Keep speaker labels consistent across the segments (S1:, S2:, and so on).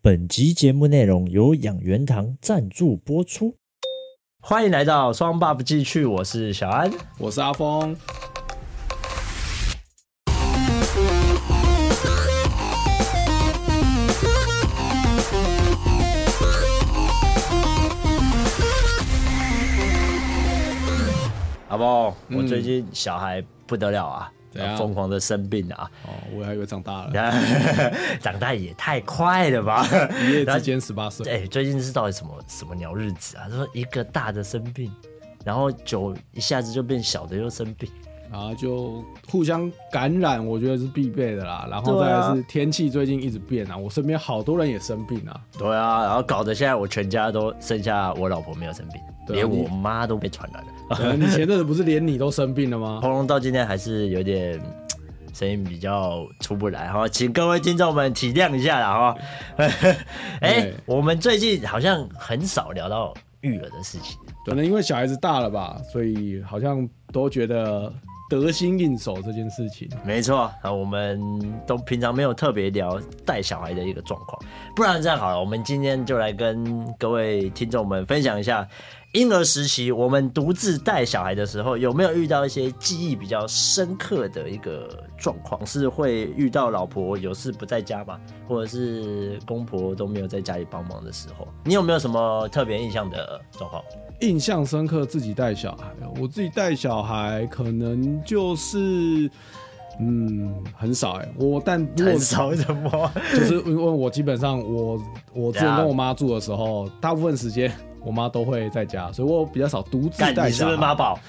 S1: 本集节目内容由养元堂赞助播出。
S2: 欢迎来到双 buff 继续，我是小安。
S3: 我是阿峰，
S2: 阿峰，我最近小孩不得了啊，
S3: 嗯怎样
S2: 疯狂的生病啊，
S3: 哦，我还以为长大了，
S2: 长大也太快了 吧！
S3: 一夜之间十八岁，
S2: 哎、最近是到底什么什么鸟日子啊？就说一个大的生病，然后酒一下子就变小的又生病，
S3: 然后就互相感染，我觉得是必备的啦。然后
S2: 对
S3: 再
S2: 啊
S3: 来是天气最近一直变啊，我身边好多人也生病啊。
S2: 对啊，然后搞得现在我全家都剩下我老婆没有生病，
S3: 对啊
S2: 连
S3: 你
S2: 我妈都被传染了，
S3: 呃你前阵子不是连你都生病了吗？
S2: 喉咙到今天还是有点。声音比较出不来哈，请各位听众们体谅一下啦哈。 哎、
S3: 对
S2: 我们最近好像很少聊到育儿的事情，
S3: 可能因为小孩子大了吧，所以好像都觉得得心应手这件事情。
S2: 没错啊，我们都平常没有特别聊带小孩的一个状况，不然这样好了，我们今天就来跟各位听众们分享一下婴儿时期我们独自带小孩的时候，有没有遇到一些记忆比较深刻的一个状况？是会遇到老婆有事不在家嘛，或者是公婆都没有在家里帮忙的时候，你有没有什么特别印象的状况？
S3: 印象深刻，自己带小孩哦，我自己带小孩可能就是。嗯，很少哎、我但如果
S2: 很少什么？
S3: 就是因为我基本上我我之前跟我妈住的时候，大部分时间我妈都会在家，所以我比较少独自
S2: 干，
S3: 带
S2: 你是
S3: 小
S2: 不是妈
S3: 孩。
S2: 宝？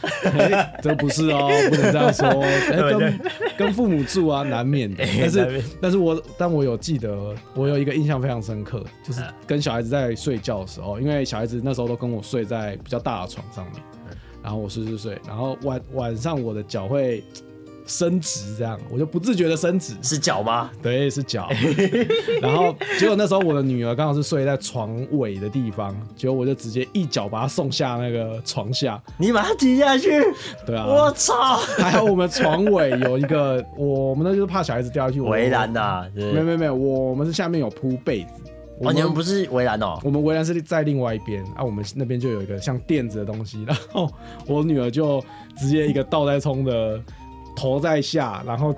S3: 这不是哦，不能这样说。哎
S2: 对哎
S3: 跟跟父母住啊，难免的。但
S2: 难免
S3: 是但是我但我有记得，我有一个印象非常深刻，就是
S2: 嗯
S3: 跟小孩子在睡觉的时候，因为小孩子那时候都跟我睡在比较大的床上面，
S2: 嗯
S3: 然后我睡睡睡，然后晚晚上我的脚会伸直，这样我就不自觉的伸直，
S2: 是脚吗？
S3: 对，是脚。 然后结果那时候我的女儿刚好是睡在床尾的地方，结果我就直接一脚把她送下那个床下。
S2: 你把它踢下去？
S3: 对啊，
S2: 我操！
S3: 还好我们床尾有一个，我们那就是怕小孩子掉下去。我
S2: 围栏呐，是
S3: 没有没有没有，我们是下面有铺被子。我
S2: 哦，
S3: 们
S2: 你们不是围栏哦，
S3: 我们围栏是在另外一边啊，我们那边就有一个像垫子的东西，然后我女儿就直接一个倒栽葱的头在下，然后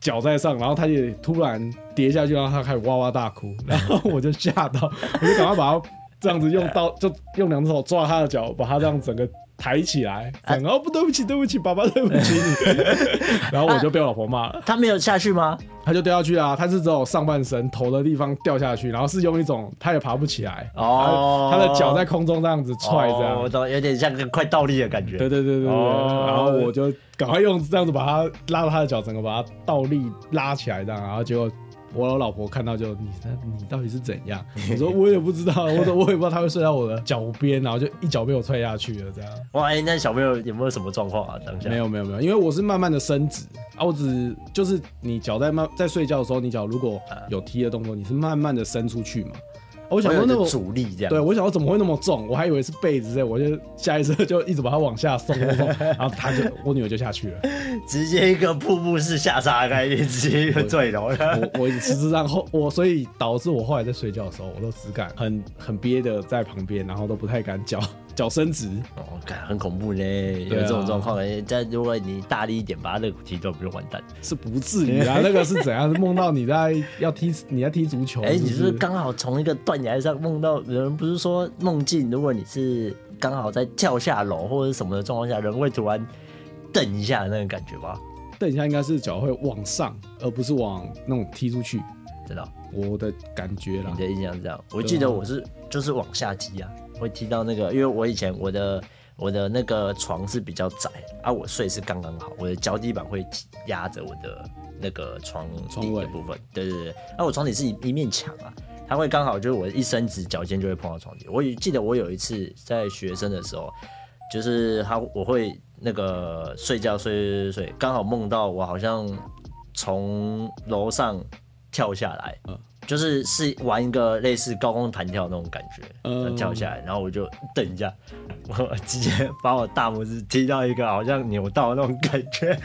S3: 脚在上，然后她就突然跌下去，然后她开始哇哇大哭， 然后我就吓到，我就赶快把她这样子用刀就用两只手抓她的脚，把她这样整个。抬起来，然后不对不起，对不起，爸爸对不起 你，然后我就被我老婆骂了。
S2: 他没有下去吗？
S3: 他就掉下去啊，他是只有上半身头的地方掉下去，然后是用一种他也爬不起来，
S2: 哦
S3: 他的他的脚在空中这样子踹这样，
S2: 哦我懂，有点像个快倒立的感觉。
S3: 对对对对对，
S2: 哦
S3: 然后我就赶快用这样子把他拉到他的脚，整个把他倒立拉起来这样，然后结果。我老婆看到就你你到底是怎样？我说我也不知 道，我说我也不知道他会睡在我的脚边，然后就一脚被我踹下去了 这样。
S2: 哇，哎那小朋友有没有什么状况啊？当下
S3: 没有没有没有，因为我是慢慢的伸直啊，我只就是你脚在慢在睡觉的时候，你脚如果有踢的动作，你是慢慢的伸出去嘛。啊我
S2: 会
S3: 想
S2: 有
S3: 说
S2: 一
S3: 那
S2: 个
S3: 么
S2: 阻力这样。
S3: 对，我想说怎么会那么重？我还以为是被子之类，我就下意识就一直把它往下送 送送，然后他就我女儿就下去了。
S2: 直接一个瀑布式下杀的概念，直接就坠楼了。
S3: 我我实质上后我所以导致我后来在睡觉的时候，我都只敢很很憋的在旁边，然后都不太敢脚脚伸直。
S2: 哦，感很恐怖嘞，有
S3: 对啊
S2: 这种状况。哎但如果你大力一点，把他肋骨踢断，不就完蛋？
S3: 是不至于 啊，那个是怎样？是梦到你在要踢你在踢足球？
S2: 哎，
S3: 哦是不
S2: 你是不是
S3: 是
S2: 刚好从一个断崖上梦到？有人不是说梦境，如果你是刚好在跳下楼或者什么的状况下，人会突然瞪一下的那种感觉吗？
S3: 等一下应该是脚会往上，而不是往那种踢出去。
S2: 真的哦、
S3: 我的感觉啦啊
S2: 你，的印象是这样。我记得我是就是往下踢啊，会踢到那个，因为我以前我的我的那个床是比较窄啊，我睡是刚刚好，我的脚底板会踢压着我的那个床
S3: 床
S2: 底
S3: 尾
S2: 的部分。对对对，啊，我床底是一一面墙啊。它会刚好就是我一伸直脚尖就会碰到床底。我记得我有一次在学生的时候，就是他我会那个睡觉睡睡睡，刚好梦到我好像从楼上跳下来，就是是玩一个类似高空弹跳那种感觉，
S3: 嗯
S2: 跳下来，然后我就等一下，我直接把我大拇指踢到一个好像扭到的那种感觉，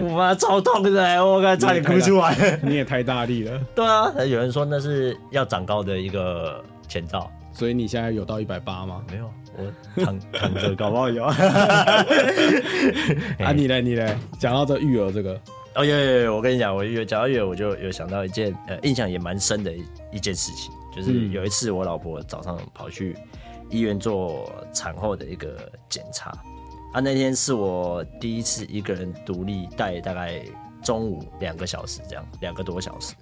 S2: 我妈超痛的、哎我刚才差点哭出来。
S3: 你也太大力了，
S2: 对啊，有人说那是要长高的一个前兆，
S3: 所以你现在有到一百八吗？
S2: 没有，我躺躺着搞不好有。哎
S3: 啊，你嘞，你嘞，讲到这育儿这个，
S2: 哦，有有有，我跟你讲，我有讲到月，我就有想到一件呃，印象也蛮深的一一件事情，就是
S3: 嗯
S2: 有一次我老婆早上跑去医院做产后的一个检查，啊，那天是我第一次一个人独立带，大概中午两个小时这样，两个多小时。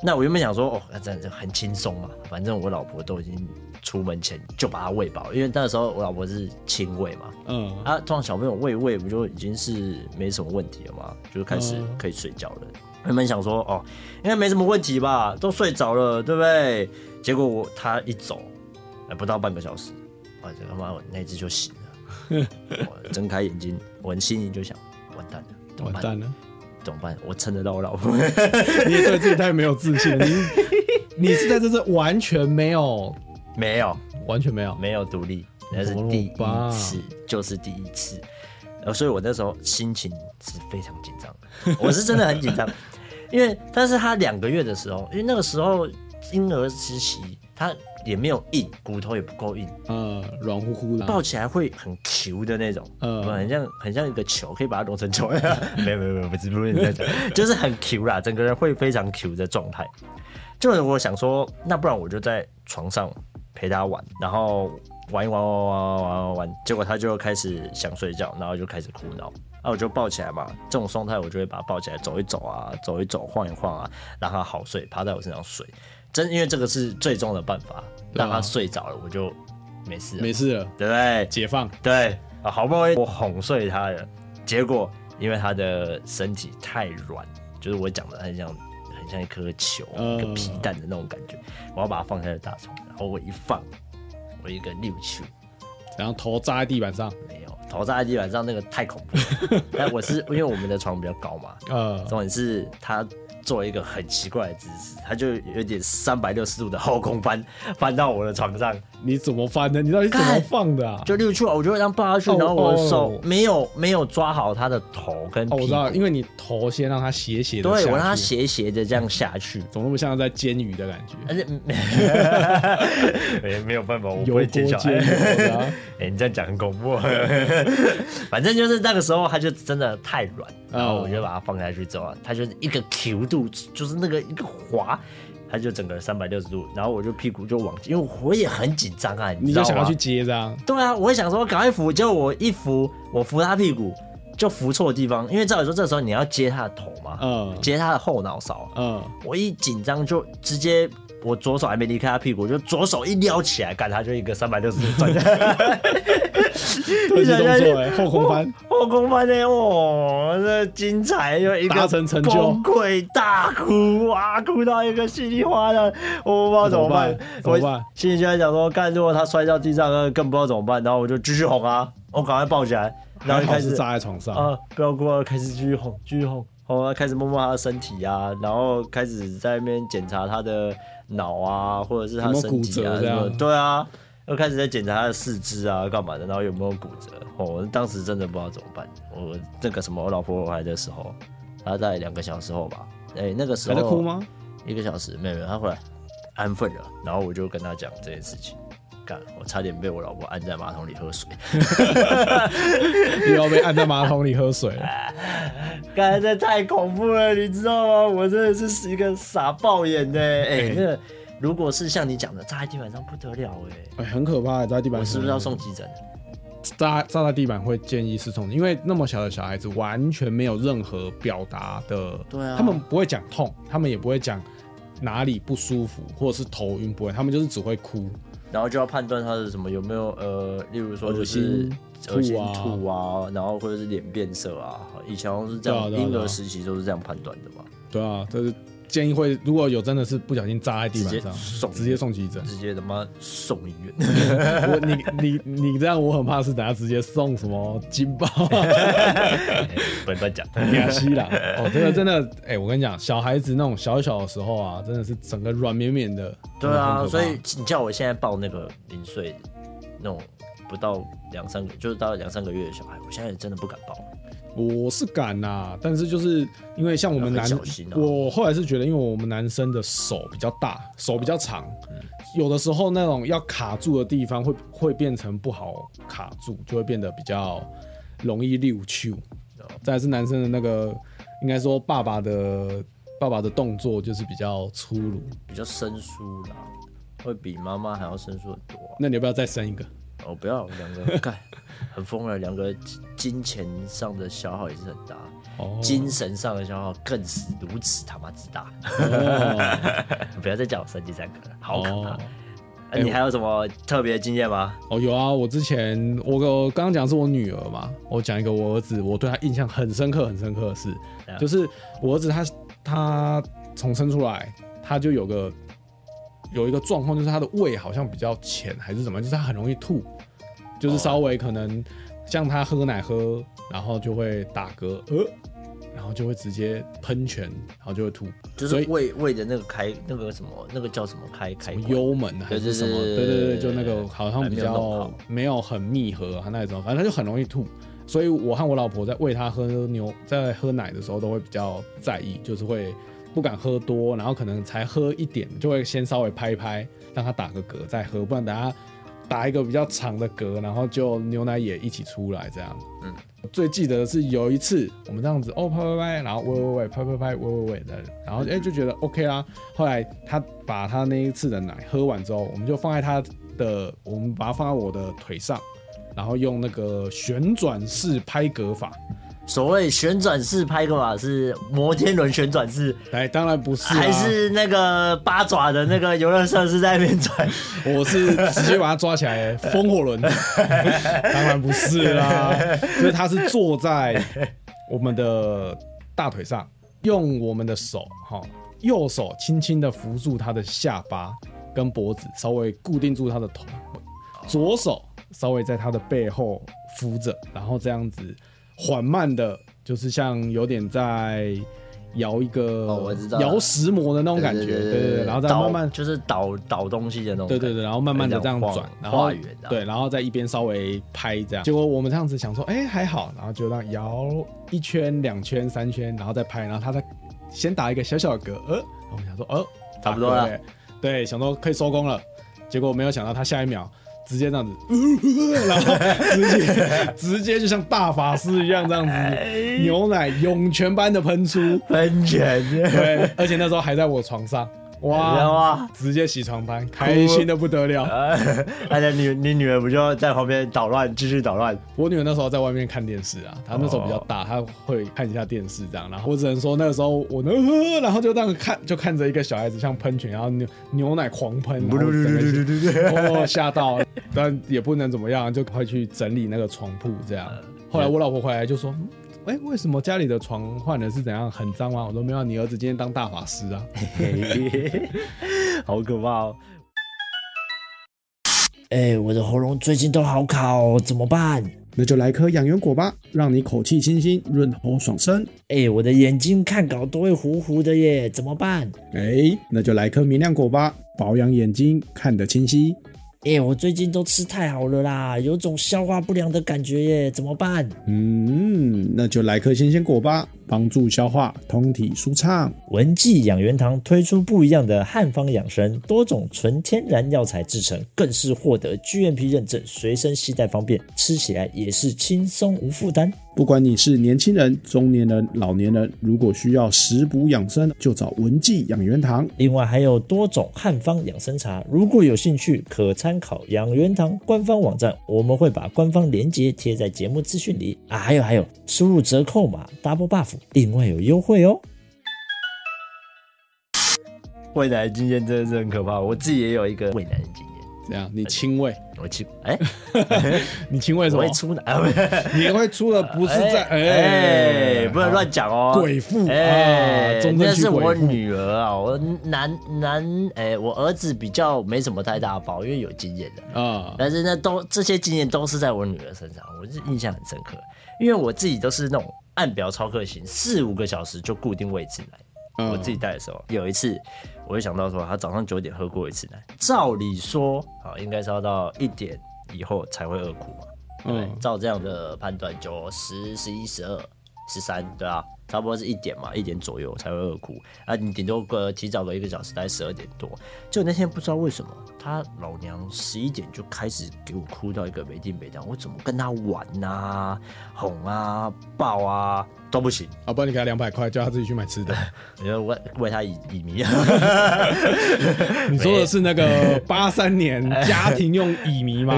S2: 那我原本想说，哦，那这样就很轻松嘛，反正我老婆都已经出门前就把她喂饱，因为那时候我老婆是亲喂嘛，
S3: 嗯，
S2: 啊，通常小朋友喂喂不就已经是没什么问题了吗？就是开始
S3: 嗯
S2: 可以睡觉了。原本想说哦，应该没什么问题吧，都睡着了，对不对？结果我他一走，哎，不到半个小时，啊，这他妈我那只就醒了。 我睁开眼睛，我心里就想，完蛋了，怎么
S3: 完
S2: 办？
S3: 蛋了，
S2: 怎么办？我撑得到我老婆？
S3: 你也对自己太没有自信了，你你是在这是完全没有，
S2: 没有，
S3: 完全没有，
S2: 没有独立，那是
S3: 怎么
S2: 第一
S3: 办
S2: 次，就是第一次。呃，所以我那时候心情是非常紧张的，我是真的很紧张， 因为但是他两个月的时候，因为那个时候婴儿时期，他也没有硬，骨头也不够硬，
S3: 呃，软乎乎的，
S2: 抱起来会很 Q 的那种，
S3: 嗯
S2: 很像很像一个球，可以把它揉成球。 没有没有没有，不是不是这样 讲，就是很 Q 啦，整个人会非常 Q 的状态。就是我想说，那不然我就在床上陪他玩，然后玩一玩玩玩玩玩玩玩，结果他就开始想睡觉，然后就开始哭闹。啊，我就抱起来嘛，这种状态我就会把他抱起来走一走啊，走一走，晃一晃啊，让他好睡，趴在我身上睡。真因为这个是最终的办法，
S3: 对啊
S2: 让他睡着了，我就没事了，
S3: 没事了，
S2: 对不对？
S3: 解放，
S2: 对啊，好不容易我哄睡他了，结果因为他的身体太软，就是我讲的很像很像一颗球、
S3: 嗯
S2: 一个皮蛋的那种感觉，我要把它放下大床，然后我一放，我一个六球
S3: 然后头扎在地板上，
S2: 没有，头扎在地板上那个太恐怖了。但我是因为我们的床比较高嘛，
S3: 呃，
S2: 重点是他做一个很奇怪的姿势，他就有点三百六十度的后空翻翻到我的床上，
S3: 你怎么翻的？你到底怎么放的啊？
S2: 就溜去，我就让抱下去
S3: 哦，
S2: 然后我的手
S3: 哦
S2: 没有没有抓好他的头跟
S3: 哦，我
S2: 屁
S3: 知道，
S2: 股，
S3: 因为你头先让它斜斜的，
S2: 对我让他，斜斜的这样下去，
S3: 怎么那么像在煎鱼的感觉？
S2: 而且没没有办法，我不
S3: 油
S2: 会
S3: 锅
S2: 煎
S3: 煎
S2: 小
S3: 鱼
S2: 孩。
S3: 对啊
S2: 哎、你这样讲很恐怖。 反正就是那个时候，他就真的太软，然后
S3: 哦
S2: 我就把它放下去之后，啊他就是一个 Q 度，就是那个一个滑，他就整个三百六十度，然后我就屁股就往，因为我也很紧张啊，你
S3: 你
S2: 知道
S3: 就
S2: 吗？
S3: 想要去接这样，
S2: 对啊，我会想说赶快扶，结果我一扶，我扶他屁股就扶错地方，因为照理说这时候你要接他的头嘛，
S3: 嗯
S2: 接他的后脑勺。
S3: 嗯，
S2: 我一紧张就直接，我左手还没离开他屁股，我就左手一撩起来，干他就一个三百六十度转。
S3: 特技动作哎，后空翻，
S2: 后空翻呢？哇，哦这精彩！就一个
S3: 达成成就
S2: 崩溃大哭啊，哭到一个稀里哗啦，我不知道怎么办。
S3: 怎么办怎么办
S2: 我心里就在想说，干，如果他摔到地上，那更不知道怎么办。然后我就继续哄啊，我赶快抱起来， 然后
S3: 然
S2: 就
S3: 后
S2: 开
S3: 是
S2: 始
S3: 扎在床上，
S2: 啊，不要哭啊，开始继续哄，继续哄，哄啊，开始摸摸他的身体啊，然后开始在那边检查他的脑啊，或者是他
S3: 有
S2: 的
S3: 没有
S2: 身体啊
S3: 骨折
S2: 什
S3: 这样
S2: 么，对啊，又开始在检查他的四肢啊，干嘛的，然后有没有骨折，哦，我当时真的不知道怎么办，我那个什么，我老婆回来的时候，她在两个小时后吧，哎、那个时
S3: 还
S2: 候
S3: 在哭？吗？
S2: 一个小时，没有没有，她回来安分了，然后我就跟她讲这件事情。干，我差点被我老婆按在马桶里喝水。
S3: 又要被按在马桶里喝水了，
S2: 刚才这太恐怖了，你知道吗？我真的是一个傻爆眼的、哎、那个如果是像你讲的扎在地板上不得了、哎，
S3: 哎，很可怕，扎在地板
S2: 我
S3: 上，
S2: 是不是要送急诊？
S3: 扎扎在地板会建议是痛，因为那么小的小孩子完全没有任何表达的，
S2: 对啊
S3: 他们不会讲痛，他们也不会讲哪里不舒服或者是头晕，不会，他们就是只会哭，
S2: 然后就要判断他是什么有没有呃，例如说就
S3: 恶
S2: 是
S3: 心
S2: 恶心
S3: 吐啊
S2: 吐啊，然后或者是脸变色啊。以前好像是这样，
S3: 对啊对啊
S2: 婴
S3: 对
S2: 儿
S3: 啊
S2: 时期都是这样判断的嘛。
S3: 对啊，这是建议会，如果有真的是不小心扎在地
S2: 直
S3: 板
S2: 接
S3: 上，
S2: 送
S3: 直接送急诊。
S2: 直接他妈送医院，
S3: 我你你你这样，我很怕是等下直接送什么金包、
S2: 哎不能乱讲。
S3: 亚西 啦。哦，真的真的，哎、我跟你讲，小孩子那种小小的时候啊，真的是整个软绵绵的。
S2: 对
S3: 很
S2: 啊，
S3: 可怕
S2: 所以你叫我现在抱那个零岁的那种不到两三个，就是到两三个月的小孩，我现在真的不敢抱。
S3: 我是敢呐、但是就是因为像我们
S2: 要
S3: 男，
S2: 很小心啊
S3: 我后来是觉得，因为我们男生的手比较大，手比较长，
S2: 嗯
S3: 有的时候那种要卡住的地方会会变成不好卡住，就会变得比较容易溜球。
S2: 哦
S3: 再来是男生的那个，应该说爸爸的爸爸的动作就是比较粗鲁。
S2: 比较生疏啦，会比妈妈还要生疏很多、啊。
S3: 那你要不要再生一个？
S2: 哦，不要两 个干，很疯了，两个金钱上的消耗也是很大，
S3: 哦
S2: 精神上的消耗更是如此他妈之大。
S3: 哦，
S2: 不要再叫我生第三个了， 好可怕。
S3: 哦
S2: 哎你还有什么特别的经验吗？
S3: 哦，有啊，我之前我我刚刚讲是我女儿嘛，我讲一个我儿子，我对他印象很深刻很深刻的事
S2: 怎，样
S3: 就是我儿子他他从生出来，他就有个有一个状况，就是他的胃好像比较浅还是怎么样，就是他很容易吐，就是稍微可能像他喝奶喝，然后就会打嗝，呃，然后就会直接喷泉，然后就会吐，
S2: 就是
S3: 所以
S2: 胃胃的那个开那个什么那个叫什么开开关
S3: 幽门还是什么？
S2: 对
S3: 对
S2: 对对
S3: 对对
S2: 对对
S3: 对，就那个好像
S2: 还
S3: 比
S2: 没有弄好
S3: 较没有很密合，他那种，反正他就很容易吐。所以我和我老婆在喂他喝牛，在喝奶的时候都会比较在意，就是会不敢喝多，然后可能才喝一点，就会先稍微拍一拍，让他打个嗝再喝，不然等下打一个比较长的嗝，然后就牛奶也一起出来这样。
S2: 嗯
S3: 嗯，最记得的是有一次我们这样子哦拍拍拍，然后喂喂喂拍拍拍喂喂喂的，然后哎、就觉得 OK 啦。后来他把他那一次的奶喝完之后，我们就放在他的，我们把它放在我的腿上，然后用那个旋转式拍嗝法。
S2: 所谓旋转式拍个法是摩天轮旋转式，
S3: 哎，当然不是、啊，
S2: 还是那个八爪的那个游乐设施在那边 转？
S3: 我是直接把他抓起来，风火轮，当然不是啦，就是他是坐在我们的大腿上，用我们的手哈，右手轻轻的扶住他的下巴跟脖子，稍微固定住他的头，左手稍微在他的背后扶着，然后这样子缓慢的，就是像有点在。摇一个
S2: 哦我知道了
S3: 摇石磨的那种感觉，对对对，然后再
S2: 倒
S3: 慢慢
S2: 就是倒倒东西的那种感
S3: 对
S2: 觉，
S3: 对对，然后慢慢的这样转，然后
S2: 画圆的，
S3: 对，然后在一边稍微拍这样。结果我们这样子想说，哎、还好，然后就让摇一圈、两圈、三圈，然后再拍，然后他再先打一个小小的嗝，呃，然后我们想说，呃，
S2: 差不多了
S3: 打嗝欸，对，想说可以收工了，结果没有想到他下一秒。直接这样子， 然后直接直接就像大法师一样这样子，牛奶涌泉般的喷出，
S2: 喷泉，
S3: 对，而且那时候还在我床上，
S2: 你知道
S3: 哇，
S2: 吗？
S3: 直接洗床单，开心的不得了。
S2: 呃，而且你你女儿不就在旁边捣乱，继续捣乱？
S3: 我女儿那时候在外面看电视啊，她
S2: 哦
S3: 那时候比较大，她会看一下电视这样。然后我只能说那时候我呢，呃然后就这样看，就看着一个小孩子像喷泉，然后牛牛奶狂喷，然后我整个 就哦吓到，但也不能怎么样，就快去整理那个床铺这样。
S2: 嗯
S3: 后来我老婆回来就说。嗯哎、为什么家里的床换了是怎样？很脏吗？啊我说没有，你儿子今天当大法师啊。
S2: 嘿好可怕哦！
S1: 哎、我的喉咙最近都好卡哦，怎么办？
S3: 那就来颗养元果吧，让你口气清新，润喉爽身。
S1: 哎、我的眼睛看稿都会糊糊的耶，怎么办？
S3: 哎、那就来颗明亮果吧，保养眼睛，看得清晰。
S1: 哎、我最近都吃太好了啦，有种消化不良的感觉耶，怎么办？
S3: 嗯，那就来颗新鲜果吧，帮助消化，通体舒畅。
S1: 文记养元堂推出不一样的汉方养生，多种纯天然药材制成，更是获得 GMP 认证，随身携带方便，吃起来也是轻松无负担。
S3: 不管你是年轻人、中年人、老年人，如果需要食补养生，就找文记养元堂。
S1: 另外还有多种汉方养生茶，如果有兴趣，可参考养元堂官方网站，我们会把官方链接贴在节目资讯里啊。还有还有，输入折扣码 double buff，另外有优惠哦。
S2: 未来的经验真的是很可怕，我自己也有一个未来的经验。
S3: 怎样？你亲 喂，
S2: 我去， 哎、
S3: 你亲喂什
S2: 我
S3: 么
S2: 会？出奶，啊不是
S3: 你会出的不是在
S2: 哎、不能乱
S3: 好
S2: 讲哦，
S3: 鬼父
S2: 哎、
S3: 啊中正
S2: 那
S3: 区
S2: 是我
S3: 鬼父
S2: 女儿啊，我男男，哎、我儿子比较没什么太大包，因为有经验的，
S3: 啊，
S2: 但是那都这些经验都是在我女儿身上，我是印象很深刻，因为我自己都是那种按表操课型，四五个小时就固定位置来。
S3: 嗯
S2: 我自己带的时候，有一次我就想到说，他早上九点喝过一次奶，照理说啊，应该是要到一点以后才会饿哭嘛。对
S3: 嗯，
S2: 照这样的判断，九、十、十一、十二、十三，对啊，差不多是一点嘛，一点左右才会饿哭啊。你顶多个提早个一个小时，大概十二点多。就那天不知道为什么，他老娘十一点就开始给我哭到一个没定没当，我怎么跟他玩啊、哄啊、抱啊都不行。
S3: 啊，不然你给他两百块，叫他自己去买 吃的。
S2: 你要喂喂他乙乙醚，
S3: 你说的是那个八三年家庭用乙 醚吗？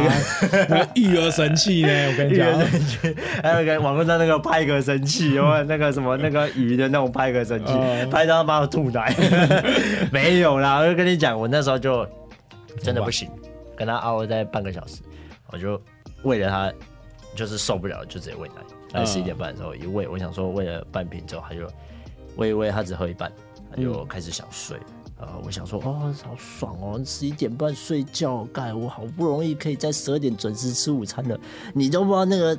S3: 那个育儿神器呢？我跟你讲，
S2: 还有一个网络上那个拍嗝神器，有没有那个什么那个鱼的那种拍嗝神器
S3: 嗯，
S2: 拍到他妈我吐奶， 没有啦，我就跟你讲，我那时候就真的不行，跟他熬了在半个小时，我就为了他就是受不了，就直接喂奶，大概
S3: 嗯
S2: 十一点半的时候一喂，我想说喂了半瓶之后，他就喂一喂，他只喝一半，他
S3: 嗯
S2: 就开始想睡。呃，我想说，哦，好爽哦！十一点半睡觉，干，我好不容易可以在十二点准时吃午餐了。你都不知道那个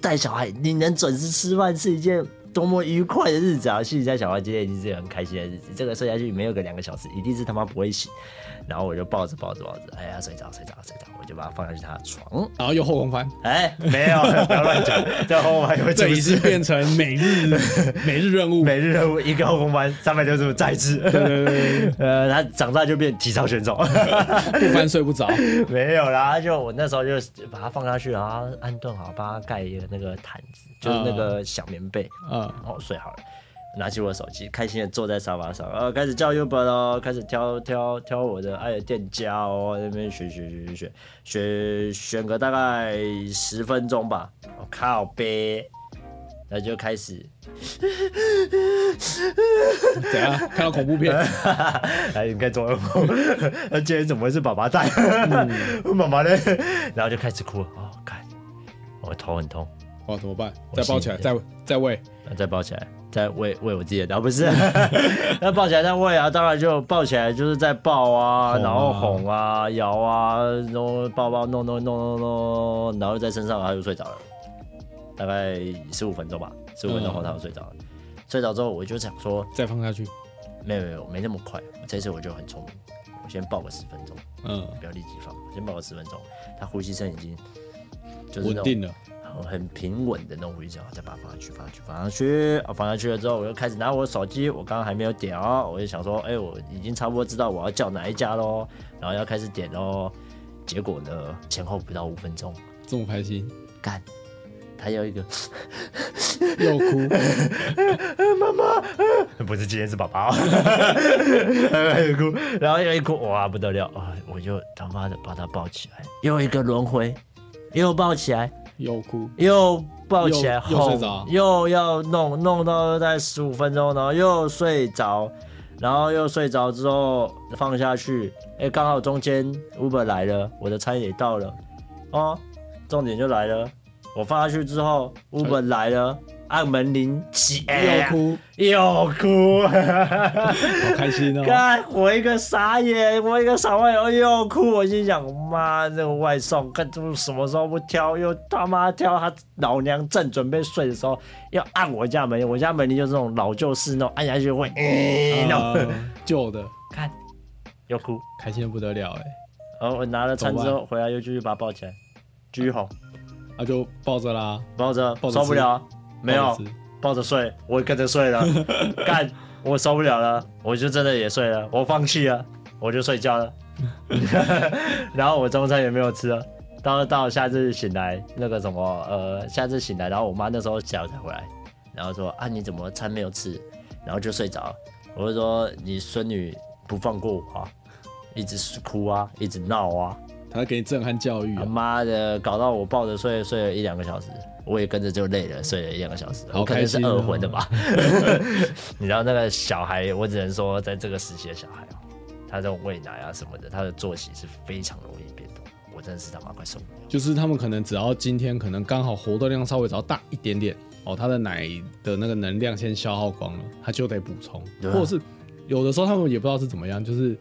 S2: 带小 孩， 你能准时吃饭是一件多么愉快的日子啊！心里在小孩今天一定是很开心的日子，这个睡下去没有个两个小时，一定是他妈不会醒。然后我就抱着抱着抱着，哎呀，睡着睡着睡着，我就把他放下去他的床。
S3: 然后又后 空翻，
S2: 哎，没有，不要乱讲，在后面还会
S3: 这
S2: 出
S3: 一次
S2: 事。
S3: 变成每 日每日任务。
S2: 每日任务一个后空翻，三百六十五再次。
S3: 对对
S2: 呃，他长大就变体操选手。
S3: 对，不翻睡不着。
S2: 没有啦，就我那时候就把它放下去，然后安顿好，帮它盖一个那个毯子，就是那个小棉被，
S3: 嗯
S2: 然后睡好了。拿起我的手机，开心的坐在沙发上，呃，开始叫 Uber 咯，开始挑挑挑我的爱的店家哦，那边选选选选选选选个大概十分钟吧，我、靠呗，那就开始
S3: 怎样？看到恐 怖片？
S2: 哎，应该做噩梦。 那今天怎么会是爸爸带？妈妈呢？然后就开始哭了。哦，看，我头很痛，
S3: 哇，怎么办？
S2: 我
S3: 再抱起来，
S2: 信
S3: 再再喂。
S2: 然后再抱起来，再喂喂我自己的，然后不 是，那抱起来再喂啊，当然就抱起来就是在抱啊，
S3: 哄啊
S2: 然后哄啊、摇啊，然后抱抱弄弄弄弄弄，然后在身上他就睡着了，大概十五分钟吧，十五分钟后 他就睡着了。睡着之后我就想说，
S3: 再放下去。
S2: 没有没有没那么快，这次我就很聪明，我先抱个十分钟。
S3: 嗯，
S2: 不要立即放，先抱个十分钟。他呼吸声已经就是那
S3: 稳
S2: 种
S3: 定了。
S2: 很很平稳的那种呼吸声，再把它放下去，放下去，放下去。啊，放下去了之后，我又开始拿我的手机，我刚刚还没有点哦，我就想说，哎、我已经差不多知道我要叫哪一家喽，然后要开始点喽。结果呢，前后不到五分钟，
S3: 这么开心，
S2: 干，他要一个。
S3: 又哭，
S2: 不是今天是爸爸、哦，还有哭，然后又一哭，哇不得了啊！我就他妈的把他抱起来，又一个轮回，又抱起来，
S3: 又哭，
S2: 又抱起来
S3: 又又
S2: 哄
S3: 睡着
S2: 又要弄弄到大概十五分钟，然后又睡着，然后又睡着之后放下去，哎、刚好中间 Uber 来了，我的餐也到了，哦，重点就来了，我放下去之后 Uber 来了，按门铃起，哎
S3: 又哭，
S2: 又哭，
S3: 好开心哦。
S2: 看我一个傻眼，我一个傻外又又哭，我心想妈，那个外送看这什么时候不挑，又他妈挑他老娘正准备睡的时候，要按我家门铃，我家门铃就是那种老旧式那种，按下去 会，欸、那种
S3: 嗯旧的，
S2: 看又哭，
S3: 开心的不得了哎。
S2: 然后我拿了餐之后回来又继续把他抱起来，继续哄，
S3: 那啊就抱着啦，
S2: 抱着
S3: 抱着
S2: 受不
S3: 吃
S2: 了，没有
S3: 抱着吃
S2: 抱着睡，我也跟着睡了，干，我受不了了，我就真的也睡了，我放弃了，我就睡觉了， 然后我中餐也没有吃了，到到下次醒来那个什么呃，下次醒来，然后我妈那时候下午才回来，然后说啊你怎么餐没有吃，然后就睡着，我就说你孙女不放过我啊，一直哭啊，一直闹啊，
S3: 他给你震撼教育
S2: 他
S3: 啊，
S2: 妈的，搞到我抱着睡，睡了一两个小时，我也跟着就累了，睡了一两个小时，
S3: 好
S2: 我可能是
S3: 开心哦
S2: 二 婚的吧。你知道那个小孩，我只能说，在这个时期的小孩哦，他这种喂奶啊什么的，他的作息是非常容易变动。我真的是他妈快受不了。
S3: 就是他们可能只要今天可能刚好活动量稍微只要大一点点哦，他的奶的那个能量先消耗光了，他就得补充，
S2: 对啊
S3: 或者是有的时候他们也不知道是怎么样，就是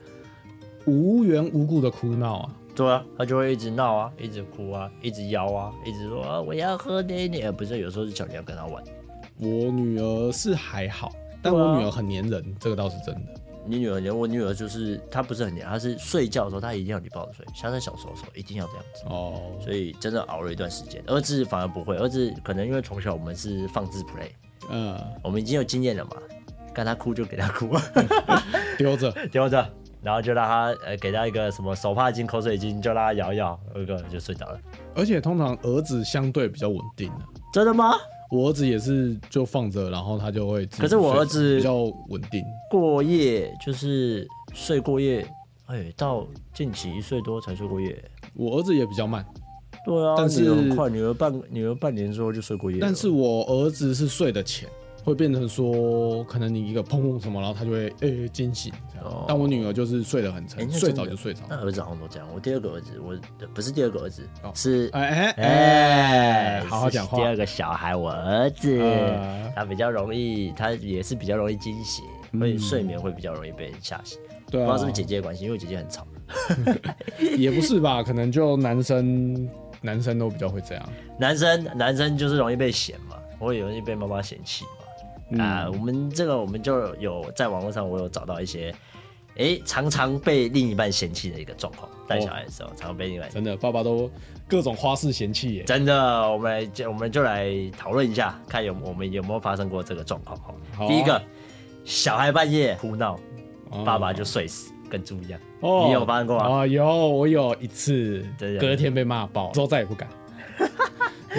S3: 无缘无故的哭闹啊，
S2: 对啊，他就会一直闹啊，一直哭啊，一直摇啊，一直说、啊、我要喝奶奶。不是，有时候是小要跟他玩。
S3: 我女儿是还好，但
S2: 对啊
S3: 我女儿很粘人，这个倒是真的。
S2: 你女儿，我女儿就是她不是很黏，她是睡觉的时候她一定要你抱着睡，像她小时候的时候一定要这样子。
S3: 哦，
S2: 所以真的熬了一段时间，儿子反而不会，儿子可能因为从小我们是放置 play，
S3: 嗯，
S2: 我们已经有经验了嘛，看他哭就给他 哭，
S3: 丢着，
S2: 丢着，然后就让他呃给他一个什么手帕巾、口水巾，就让他摇一摇，那个就睡着了。
S3: 而且通常儿子相对比较稳定的、
S2: 真的吗？
S3: 我儿子也是就放着，然后他就会自己睡。
S2: 可是我儿子
S3: 比较稳定，
S2: 过夜就是睡过夜，哎，到近期一岁多才睡过夜。我
S3: 我儿子也比较慢，
S2: 对啊，
S3: 但是
S2: 女儿很快，女儿半女儿半年之后就睡过夜了，
S3: 但是我儿子是睡得浅，会变成说可能你一个砰砰什么，然后他就会诶惊、醒这样。
S2: 哦
S3: 但我女儿就是睡得很
S2: 哎
S3: 沉，
S2: 那
S3: 睡
S2: 真
S3: 着
S2: 的
S3: 就睡着了。
S2: 那儿子好像都这样。我第二个儿子，我不是第二个儿子，
S3: 哦
S2: 是
S3: 哎哎
S2: 哎
S3: 哎，，好好讲话
S2: 第。二个小孩，我儿子，
S3: 呃
S2: 他比较容易，他也是比较容易惊醒，所
S3: 嗯
S2: 以睡眠会比较容易被人吓醒。
S3: 对
S2: 不知
S3: 啊
S2: 道是不是姐姐的关系，因为我姐姐很吵。
S3: 也不是吧？可能就男生男生都比较会这样。
S2: 男生男生就是容易被嫌嘛，我也容易被妈妈嫌弃
S3: 嗯
S2: 嘛。啊、我们这个我们就有在网络上，我有找到一些，诶，常常被另一半嫌弃的一个状况。
S3: 哦
S2: 带小孩的时候，常常被另一半
S3: 真的，爸爸都各种花式嫌弃耶。
S2: 真的，我们来就我们就来讨论一下，看有我们有没有发生过这个状况哈。
S3: 好啊
S2: 第一个，小孩半夜哭闹，
S3: 哦
S2: 爸爸就睡死，跟猪一样。
S3: 哦
S2: 你有发生过吗？
S3: 啊、有，我有一次
S2: 真的，
S3: 隔天被骂爆，之后再也不敢。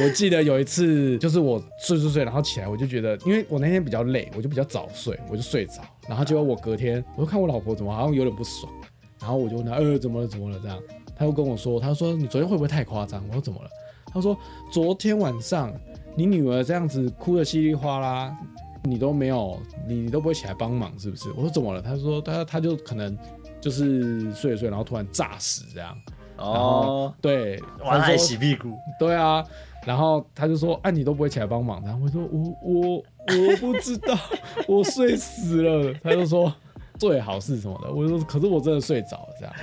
S3: 我记得有一次，就是我睡睡睡，然后起来我就觉得，因为我那天比较累，我就比较早睡，我就睡着，然后结果我隔天，我就看我老婆怎么好像有点不爽，然后我就问她，呃，怎么了，怎么了这样，她又跟我说，她说你昨天会不会太夸张？我说怎么了？她说昨天晚上你女儿这样子哭的稀里哗啦，你都没有，你你都不会起来帮忙是不是？我说怎么了？她说她她就可能就是睡一睡，然后突然炸死这样，然后
S2: 哦，
S3: 对，
S2: 哇，
S3: 她
S2: 他还
S3: 说
S2: 洗屁股，
S3: 对啊，然后他就说：“啊，你都不会起来帮忙。”然后我说：“我我我不知道， 我睡死了。”他就说：“最好是什么的？”我就说：“可是我真的睡着了。”这样，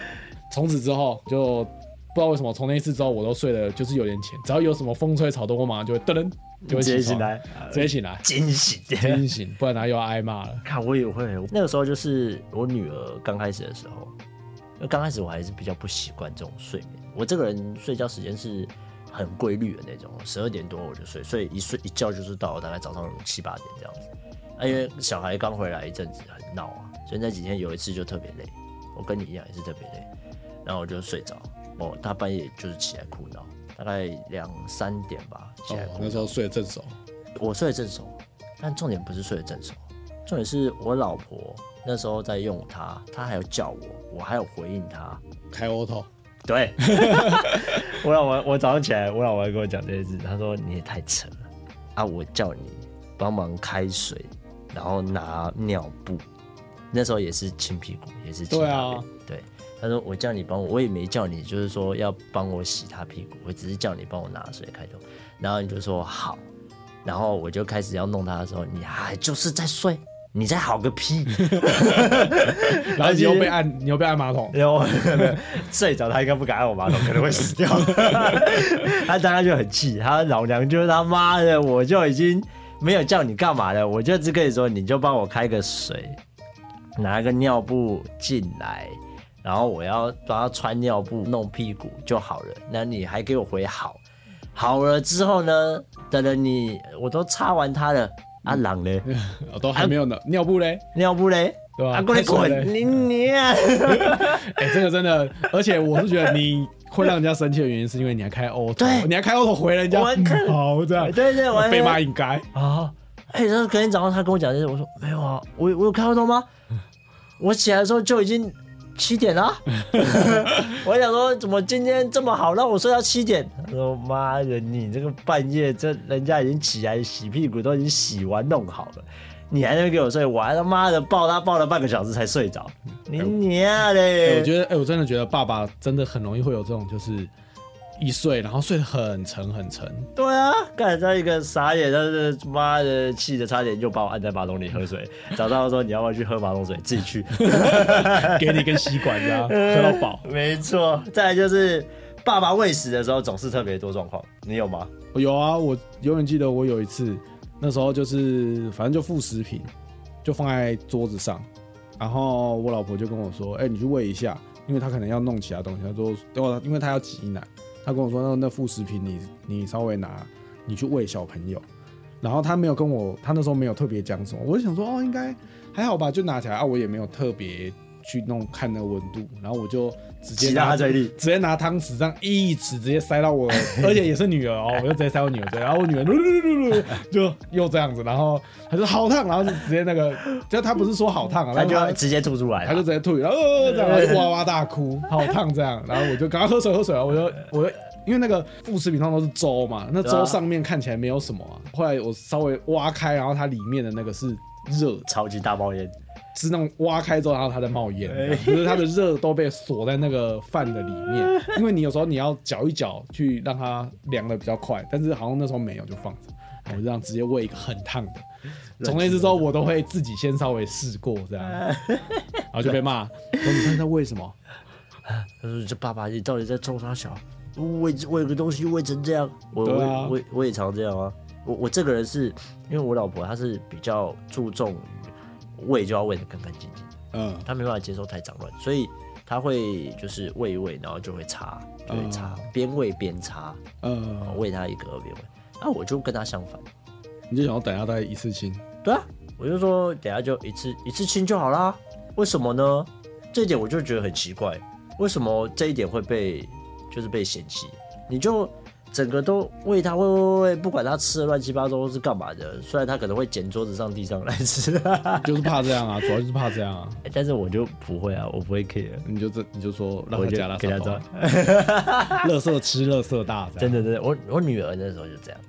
S3: 从此之后就不知道为什么，从那一次之后我都睡得就是有点浅，只要有什么风吹草动，我马上就会噔噔就会
S2: 嗯直接
S3: 起
S2: 醒
S3: 床，
S2: 来，
S3: 直接 醒来，
S2: 惊醒。
S3: 惊醒，不然他又要挨骂了。
S2: 看我也会，那个时候就是我女儿刚开始的时候，因为刚开始我还是比较不习惯这种睡眠。我这个人睡觉时间是很规律的那种，十二点多我就睡，所以一睡一觉就是到大概早上七八点这样子。啊，因为小孩刚回来一阵子很闹啊，所以那几天有一次就特别累，我跟你一样也是特别累，然后我就睡着，哦，他半夜就是起来哭闹，大概两三点吧 起
S3: 哦
S2: 来哭，
S3: 那时候睡得正熟，
S2: 我睡得正熟，但重点不是睡得正熟，重点是我老婆那时候在用它，她还有叫我，我还有回应她。
S3: 开 auto，
S2: 对，我老婆，我早上起来，我老婆还跟我讲这件事，她说你也太扯了啊！我叫你帮忙开水，然后拿尿布，那时候也是亲屁股，也是亲
S3: 对啊
S2: 大便对。她说：“我叫你帮我，我也没叫你，就是说要帮我洗她屁股，我只是叫你帮我拿水开头。”然后你就说好，然后我就开始要弄她的时候，你还就是在睡，你在好个屁！
S3: 然后你又被按，你又被按马桶，
S2: 然后我可能睡着，他应该不敢按我马桶，可能会死 掉。他当然就很气，他老娘就是他妈的，我就已经没有叫你干嘛了，我就只跟你说，你就帮我开个水，拿个尿布进来，然后我要帮他穿尿布、弄屁股就好了。那你还给我回好，好了之后呢，等了你我都擦完他了，阿朗嘞，
S3: 哦都还没有
S2: 啊
S3: 呢，尿布嘞。
S2: 尿布嘞，
S3: 对吧
S2: 啊，过来
S3: 开水
S2: 滚，你
S3: 嘞
S2: 你、啊。
S3: 哎、这个真的，而且我是觉得你会让人家生气的原因，是因为你还开 O 头，
S2: 对
S3: 你还开 O 头回人家，
S2: 我还开
S3: 嗯好这样，
S2: 对对我还
S3: 被骂应该。
S2: 啊，哎、然后隔天早上他跟我讲这些，我说没有啊，我我有开过头吗？
S3: 嗯
S2: 我起来的时候就已经七点 了，我还想说怎么今天这么好，让我睡到七点？他说妈的，你这个半夜这人家已经起来洗屁股，都已经洗完弄好了，你还能给我睡，我还他妈的抱他抱了半个小时才睡着，你娘
S3: 哎
S2: 嘞！
S3: 我觉得，哎、我真的觉得爸爸真的很容易会有这种，就是一睡然后睡得很沉很 沉，
S2: 对啊，干他一个傻眼，他是妈的气的，差点就把我按在马桶里喝水。早上说你要不要去喝马桶水，自己去。
S3: 给你一根吸管这样喝到饱。
S2: 没错，再来就是爸爸喂食的时候总是特别多状况，你有吗？
S3: 有啊，我永远记得我有一次，那时候就是反正就副食品，就放在桌子上，然后我老婆就跟我说：“哎、你去喂一下，因为她可能要弄其他东西。”她说：“哦，因为她要挤奶。”她跟我说：“那那副食品你你稍微拿，你去喂小朋友。”然后她没有跟我，她那时候没有特别讲什么，我就想说：“哦，应该还好吧。”就拿起来啊，我也没有特别去弄看那个温度，然后我就直接
S2: 骑到
S3: 拿
S2: 他嘴里，
S3: 直接拿汤匙这样一匙直接塞到我，而且也是女儿哦，我就直接塞我女儿嘴，然后我女儿噜噜噜噜噜就又这样子，然后她说好烫，然后就直接那个，就她不是说好烫啊，
S2: 他
S3: 然后
S2: 就直接吐出来
S3: 她就
S2: 了。
S3: 直接吐，然后呃这样然后就哇哇大 哭，好烫这样，然后我就赶快喝水喝水啊，我就我就。因为那个副食品通常都是粥嘛，那
S2: 对啊
S3: 粥上面看起来没有什么啊。后来我稍微挖开，然后它里面的那个是热的，
S2: 超级大冒烟，
S3: 是那种挖开之后，然后它在冒烟，
S2: 哎
S3: 这样就是它的热都被锁在那个饭的里 面。因为你有时候你要搅一搅去让它凉的比较快，但是好像那时候没有就放着，然后我就这样直接喂一个很 烫的。从那次之后，我都会自己先稍微试过这 样，然后就被骂，说你看在喂什么？
S2: 他说：“这爸爸，你到底在冲他小？喂喂个东西喂成这样，我、
S3: 对啊
S2: 我我我也常这样啊。我我这个人是因为我老婆她是比较注重喂就要喂的干干净净，
S3: 嗯，
S2: 她没办法接受太脏乱，所以她会就是喂一喂，然后就会擦，就会擦，边喂边擦，然后
S3: 呃，
S2: 喂她一个边喂。那、我就跟她相反，
S3: 你就想要等一下再一次 清，
S2: 对啊，我就说等下就一次一次清就好啦。为什么呢？这一点我就觉得很奇怪，为什么这一点会被就是被嫌弃？你就整个都喂他喂喂喂喂，不管他吃的乱七八糟或是干嘛的，虽然他可能会捡桌子上地上来吃、
S3: 就是怕这样啊，主要就是怕这样啊。
S2: 但是我就不会啊，我不会 care。
S3: 你就这你就说让
S2: 我
S3: 他
S2: 就
S3: 加拉
S2: 给他 抓，
S3: 乐色吃乐色大这
S2: 真
S3: 样，
S2: 的真的，我我女儿那时候就这样，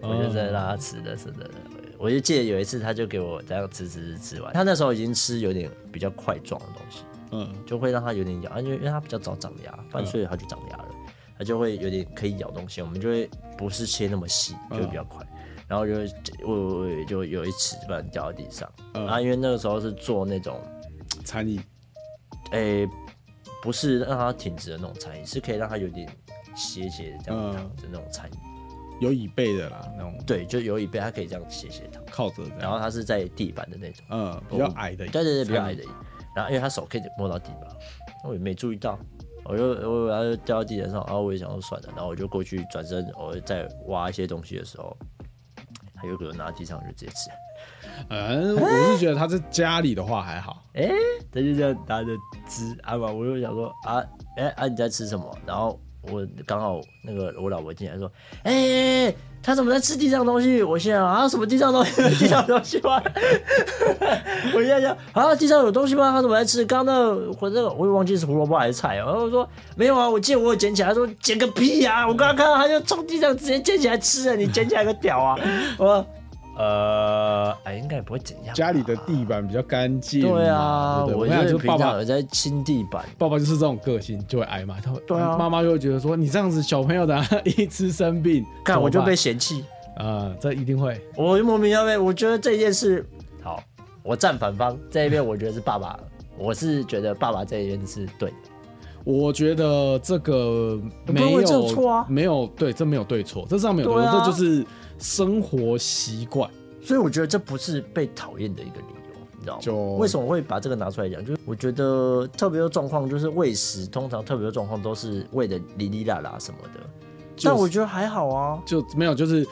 S2: 我就在让她吃的是的，我就记得有一次，她就给我这样吃吃吃吃完，她那时候已经吃有点比较块状的东西，
S3: 嗯
S2: 就会让它有点咬，啊因为因为它比较早长牙，半岁它就长牙了，它就会有点可以咬东西，我们就会不是切那么细，就会比较快。
S3: 嗯
S2: 然后就会我我我就有一尺半掉到地上，
S3: 嗯
S2: 然后因为那个时候是做那种，
S3: 餐饮
S2: 诶、不是让它挺直的那种餐椅，是可以让它有点斜斜的这样
S3: 嗯
S2: 躺着那种餐椅。
S3: 有椅背的啦，那种
S2: 对，就有椅背，它可以这样斜斜躺。
S3: 靠着这
S2: 然
S3: 样，
S2: 后它是在地板的那种，
S3: 嗯，比较矮的，
S2: 哦对对对，比较矮的椅。然后因为他手可以摸到地板，我也没注意到，我就我然后就掉到地板上，然后我也想说算了，然后我就过去转身，我在挖一些东西的时候，他有可能拿地上就直接吃，
S3: 嗯，我是觉得他在家里的话还好，
S2: 他就这样拿着吃啊嘛，我就想说啊，哎、啊你在吃什么？然后我刚好那个我老婆进来说，哎、他怎么在吃地上的东西？我心想啊，什么地上的东西？ 地上的东西吗？我现在想啊，地上有东西吗？他怎么在吃？刚刚那我那个我也忘记是胡萝卜还是菜哦。然后我说没有啊，我记得我有捡起来，他说捡个屁呀、我刚刚看到他就从地上直接捡起来吃了，你捡起来个屌啊！ 我说呃，哎，应该也不会怎样吧。
S3: 家里的地板比较干净嘛，
S2: 对啊，
S3: 对不
S2: 我
S3: 对我想
S2: 就是
S3: 就
S2: 平
S3: 爸
S2: 常
S3: 爸
S2: 有在清地板，
S3: 爸爸就是这种个性，就会挨骂，他会
S2: 对啊
S3: 妈妈就会觉得说你这样子小朋友的一吃生病，
S2: 看我就被
S3: 怎
S2: 嫌弃，
S3: 么办啊，这一定会
S2: 我就莫名其妙被，我觉得这件事好，我站反方这一边，我觉得是爸 爸，我是觉得爸爸这一边是对的，
S3: 我觉得这个
S2: 不
S3: 没
S2: 会
S3: 有
S2: 这有错啊
S3: 没有对，这没有对错，这上面有
S2: 对
S3: 对
S2: 啊
S3: 错，这就是生活习惯。
S2: 所以我觉得这不是被讨厌的一个理由，你知道吗？
S3: 就
S2: 为什么会把这个拿出来讲？就是我觉得特别的状况，就是喂食，通常特别的状况都是喂的哩哩啦啦什么的，
S3: 就是
S2: 但我觉得还好啊。
S3: 就没有，就是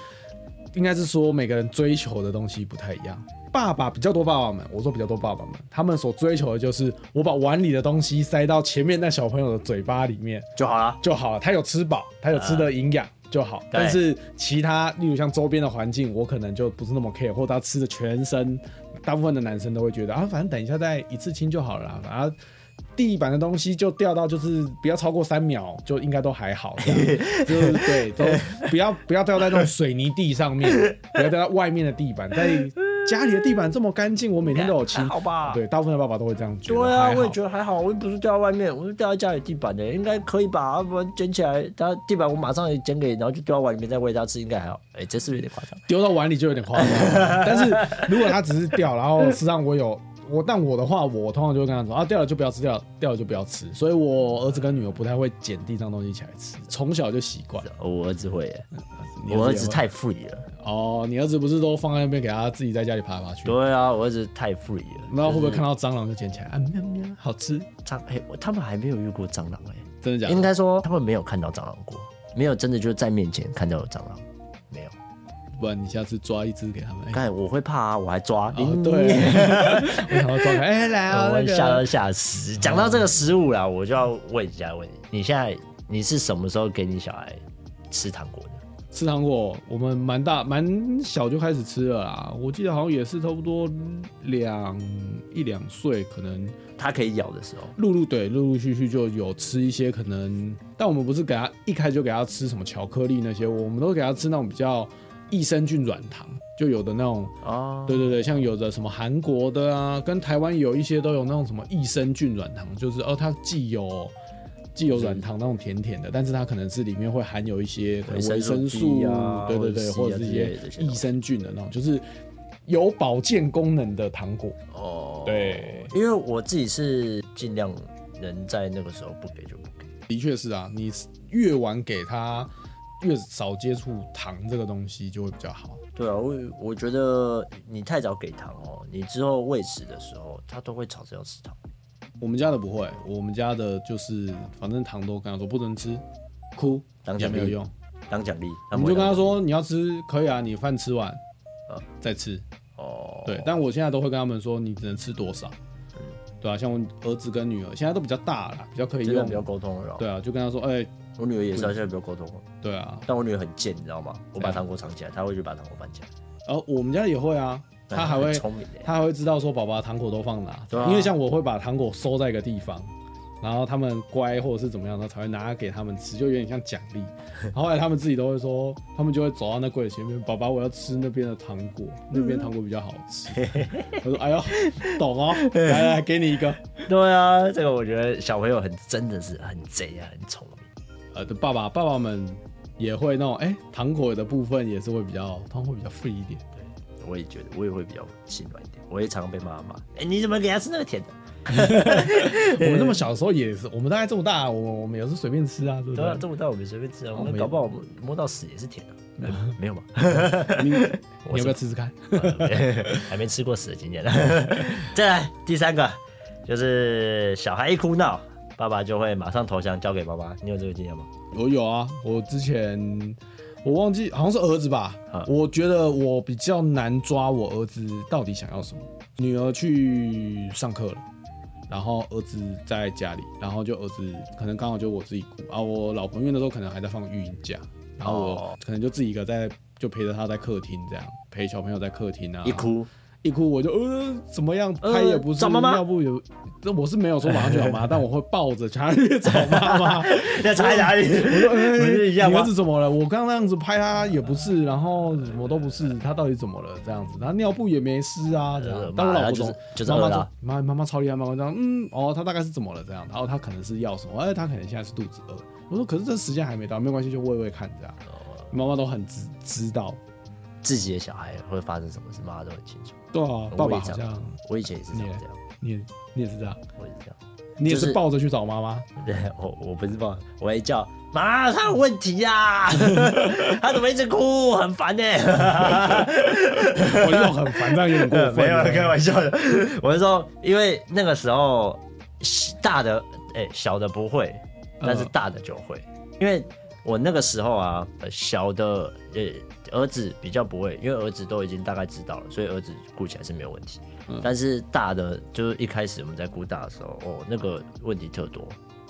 S3: 应该是说每个人追求的东西不太一样。爸爸比较多，爸爸们，我说比较多爸爸们，他们所追求的就是我把碗里的东西塞到前面那小朋友的嘴巴里面
S2: 就好啊啦。
S3: 就好了，他有吃饱，他有吃的
S2: 嗯
S3: 营养就好。但是其他，例如像周边的环境，我可能就不是那么 care，或者他吃的全身，大部分的男生都会觉得啊，反正等一下再一次清就好了啦，然后。地板的东西就掉到，就是不要超过三秒，就应该都还好， 这样就是 对，都不要不要掉在那种水泥地上面，不要掉到外面的地板，在家里的地板这么干净，我每天都有清
S2: 还。好吧？
S3: 对，大部分的爸爸都会这样觉得。
S2: 对啊，
S3: 还好
S2: 我也觉得还好，我又不是掉在外面，我是掉在家里地板的，应该可以吧？要不然捡起来，它地板我马上也捡给，然后就丢到碗里面再喂它吃，应该还好。哎、这是不是有点夸张？
S3: 丢到碗里就有 点夸张。但是如果它只是掉，然后事实上我有我，但我的话，我通常就会跟他说啊，掉了就不要吃，掉了掉了就不要吃。所以我儿子跟女儿不太会捡地上东西起来吃，从小就习惯。
S2: 我儿子会耶，
S3: 你
S2: 我儿
S3: 也
S2: 子
S3: 会
S2: 太 free 了。
S3: 哦，你儿子不是都放在那边给他自己在家里爬来爬去？
S2: 啊对啊，我儿子太 free 了。
S3: 然后会不会看到蟑螂就捡起来啊喵喵，好吃？
S2: 蟑？哎、我他们还没有遇过蟑螂哎、
S3: 真的假
S2: 应
S3: 的？
S2: 该说他们没有看到蟑螂过，没有真的就在面前看到有蟑螂，没有。
S3: 不然你下次抓一只给他们。哎
S2: 看我会怕啊，我还抓。
S3: 哦
S2: 嗯，
S3: 对， 我想要抓开，哎来啊，
S2: 我会
S3: 那
S2: 吓
S3: 个
S2: 到吓死。讲到这个食物啦，我就要问一下，问你，你现在你是什么时候给你小孩吃糖果的？
S3: 吃糖果，我们蛮大蛮小就开始吃了啦。我记得好像也是差不多两一两岁，可能
S2: 他可以咬的时候，
S3: 陆陆对陆陆续续就有吃一些可能，但我们不是给他一开就给他吃什么巧克力那些，我们都给他吃那种比较益生菌软糖，就有的那种
S2: 哦，
S3: 对对对，像有的什么韩国的啊，跟台湾有一些都有那种什么益生菌软糖，就是哦，它既有既有软糖那种甜甜的，但是它可能是里面会含有一些可能维
S2: 维
S3: 生
S2: 生
S3: 素
S2: 素 B 啊
S3: 对对对，或
S2: 或者
S3: 者是
S2: C 啊
S3: 一
S2: 之类
S3: 些
S2: 的这些东西
S3: 益生菌的那种，就是有保健功能的糖果。
S2: 哦，
S3: 对，
S2: 因为我自己是尽量能在那个时候不给就不给。
S3: 的确是啊，你越晚给他，越少接触糖这个东西就会比较好。
S2: 对啊，我我觉得你太早给糖哦，你之后喂食的时候，他都会吵着要吃糖。
S3: 我们家的不会，我们家的就是反正糖都跟他说不能吃，哭
S2: 当
S3: 也
S2: 奖
S3: 没有
S2: 励，
S3: 用。
S2: 当奖励，
S3: 我们就跟他说你要吃可以啊，你饭吃完，
S2: 啊
S3: 再吃。
S2: 哦，嗯
S3: 对，但我现在都会跟他们说你只能吃多少。对啊，像我儿子跟女儿现在都比较大了，比较可以
S2: 真的
S3: 用
S2: 不。要沟通了啦。
S3: 对啊，就跟他说，哎、
S2: 我女儿也是，啊她现在不要沟通了。
S3: 对啊，
S2: 但我女儿很贱，你知道吗？我把
S3: 对啊
S2: 糖果藏起来，她会去把糖果翻起来。
S3: 呃，我们家也会啊，他还会
S2: 哎很聪明欸的。
S3: 他还会知道说宝宝糖果都放哪，
S2: 对啊
S3: 因为像我会把糖果收在一个地方。然后他们乖或者是怎么样，他才会拿给他们吃，就有点像奖 励。然后后来他们自己都会说，他们就会走到那柜子前面，爸爸我要吃那边的糖果，那边糖果比较好吃。 我说哎呦，懂哦，来来给你一个。
S2: 对啊，这个我觉得小朋友很真的是很贼啊，很聪明。
S3: 呃，爸爸爸爸们也会那种，哎、糖果的部分也是会比较，他们会比较 free 一 点。
S2: 我也觉得，我也会比较心软一点，我也常被妈妈骂。哎、你怎么给他吃那个甜的？
S3: 我们那么小的时候也是，我们大概这么大，我我们也是随便吃啊，对不
S2: 对
S3: 对？
S2: 啊，这么大我们随便吃啊，我们搞不好我们摸到屎也是甜的、嗯 没有吗？
S3: 你
S2: 我
S3: 你要不
S2: 是
S3: 要吃吃看？
S2: 还没吃过屎的经验。啊 再来第三个，就是小孩一哭闹，爸爸就会马上投降交给妈妈。你有这个经验吗？
S3: 我有啊，我之前我忘记好像是儿子吧
S2: 啊，
S3: 我觉得我比较难抓我儿子到底想要什么。女儿去上课了，然后儿子在家里，然后就儿子可能刚好就我自己顾啊，我老婆因为那时候可能还在放育婴假，然后我
S2: 哦
S3: 可能就自己一个在就陪着他在客厅这样陪小朋友在客厅啊，
S2: 一哭，
S3: 一哭我就呃怎么样，
S2: 呃
S3: 拍也不是，
S2: 找妈妈
S3: 尿布也不，这我是没有说马上去找妈妈，但我会抱着他去找妈妈。
S2: 要查一查你， 不是一样
S3: 哎你儿
S2: 吗？
S3: 子怎么了？我刚那样子拍他也不是，然后什么都不是，他到底怎么了？这样子，他尿布也没湿啊，这样
S2: 呃。
S3: 但我
S2: 妈
S3: 老婆
S2: 就是就
S3: 总
S2: 是
S3: 妈妈
S2: 饿
S3: 说
S2: 了
S3: 妈妈妈超厉害，妈妈这样，嗯，哦，他大概是怎么了这样？然后他可能是要什么？哎，他可能现在是肚子饿。我说可是这时间还没到，没关系，就喂喂看这样。
S2: 哦
S3: 妈妈都很知知道，
S2: 自己的小孩会发生什么事，妈妈都很清楚。
S3: 对啊，爸
S2: 我
S3: 爸
S2: 也
S3: 好
S2: 这样
S3: 像
S2: 我以前也是这样，这样，
S3: 你也你也是这样，
S2: 我也是这样。
S3: 你也
S2: 就是是
S3: 抱着去找妈妈。
S2: 对， 我我不是抱，我会叫妈，他有问题呀、 他怎么一直哭，很烦呢、欸
S3: 我这种很烦，这样有点过分。
S2: 没有啦，开玩笑的。啊我是说，因为那个时候大的哎、小的不会，但是大的就会。因为我那个时候啊，呃小的呃儿子比较不会，因为儿子都已经大概知道了，所以儿子顾起来是没有问题。但是大的就是一开始我们在顾大的时候，哦，那个问题特多，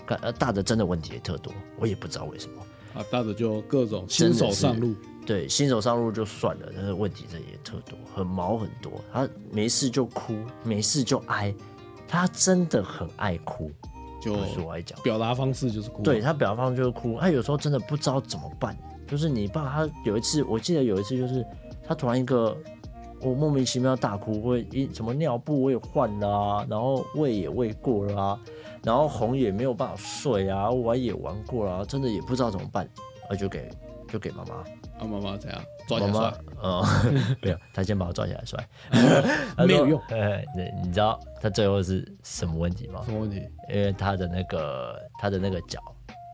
S2: 看呃大的真的问题也特多，我也不知道为什么。
S3: 啊，大的就各种新手上路，
S2: 对，新手上路就算了，但是问题这也特多，很毛很多。他没事就哭，没事就哀，他真的很爱哭，
S3: 就
S2: 不哎是我爱讲。
S3: 表达方式就是哭。
S2: 对，他表方就是哭，他有时候真的不知道怎么办。就是你爸他有一次，我记得有一次就是他突然一个，我我莫名其妙大哭，我一什么尿布我也换了啊，然后喂也喂过了啊，然后红也没有办法睡啊，玩也玩过了啊，真的也不知道怎么办，啊就给就给妈妈，
S3: 啊妈妈怎样抓起
S2: 妈
S3: 来
S2: 妈
S3: 算？，
S2: 嗯， 没有，她先把我抓起来 摔，
S3: 没有用。
S2: 呃，你你知道她最后是什么问题吗？
S3: 什么问题？
S2: 因为他的那个他的那个脚，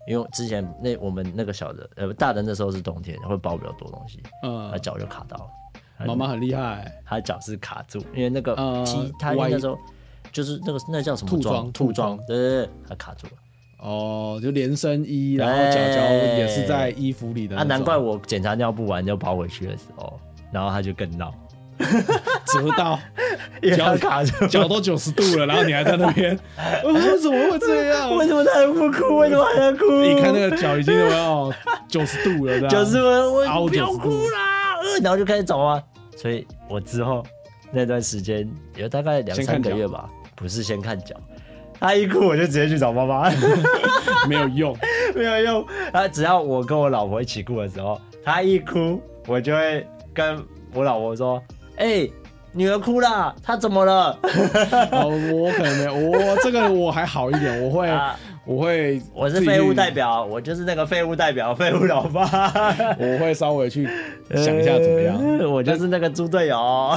S2: 因为之前那我们那个小的呃大的那时候是冬天，会包比较多东西，他
S3: 嗯，
S2: 脚就卡到了，
S3: 妈妈很厉害，
S2: 他脚是卡住，因为那个
S3: 呃
S2: 踢、他因
S3: 歪
S2: 为那时候就是那个那叫什么
S3: 兔
S2: 装
S3: 装
S2: 兔
S3: 兔
S2: 装，对对对，他卡住了。
S3: 哦，就连身衣，然后
S2: 对
S3: 脚脚也是在衣服里的
S2: 哎啊，
S3: 那
S2: 难
S3: 种，
S2: 怪我检查尿布完就包回去的时候，然后他就更闹，
S3: 折 到
S2: 因为他
S3: 脚
S2: 卡住了。
S3: 脚都九十度了，然后你还在那边，我怎么会这样？
S2: 为什么他还不哭？为什么还在哭？
S3: 你看那个脚已经要九十度了，这样
S2: 就是我
S3: 啊凹嗯
S2: 我不要
S3: 90度
S2: 哭啦，呃然后就开始找啊。所以我之后那段时间有大概两
S3: 先
S2: 三
S3: 看
S2: 个
S3: 脚
S2: 月吧，不是先看脚。他一哭我就直接去找妈 妈，
S3: 没有用，
S2: 没有用。啊，只要我跟我老婆一起哭的时候，他一哭我就会跟我老婆说：“哎、女儿哭啦，她怎么了
S3: 哦，我可能没有，我这个我还好一点，我？”会，
S2: 啊，
S3: 我会，
S2: 我是废物代，表，我就是那个废物代表，废物老爸。
S3: 我会稍微去想一下怎么样。
S2: 呃我就是那个猪队友。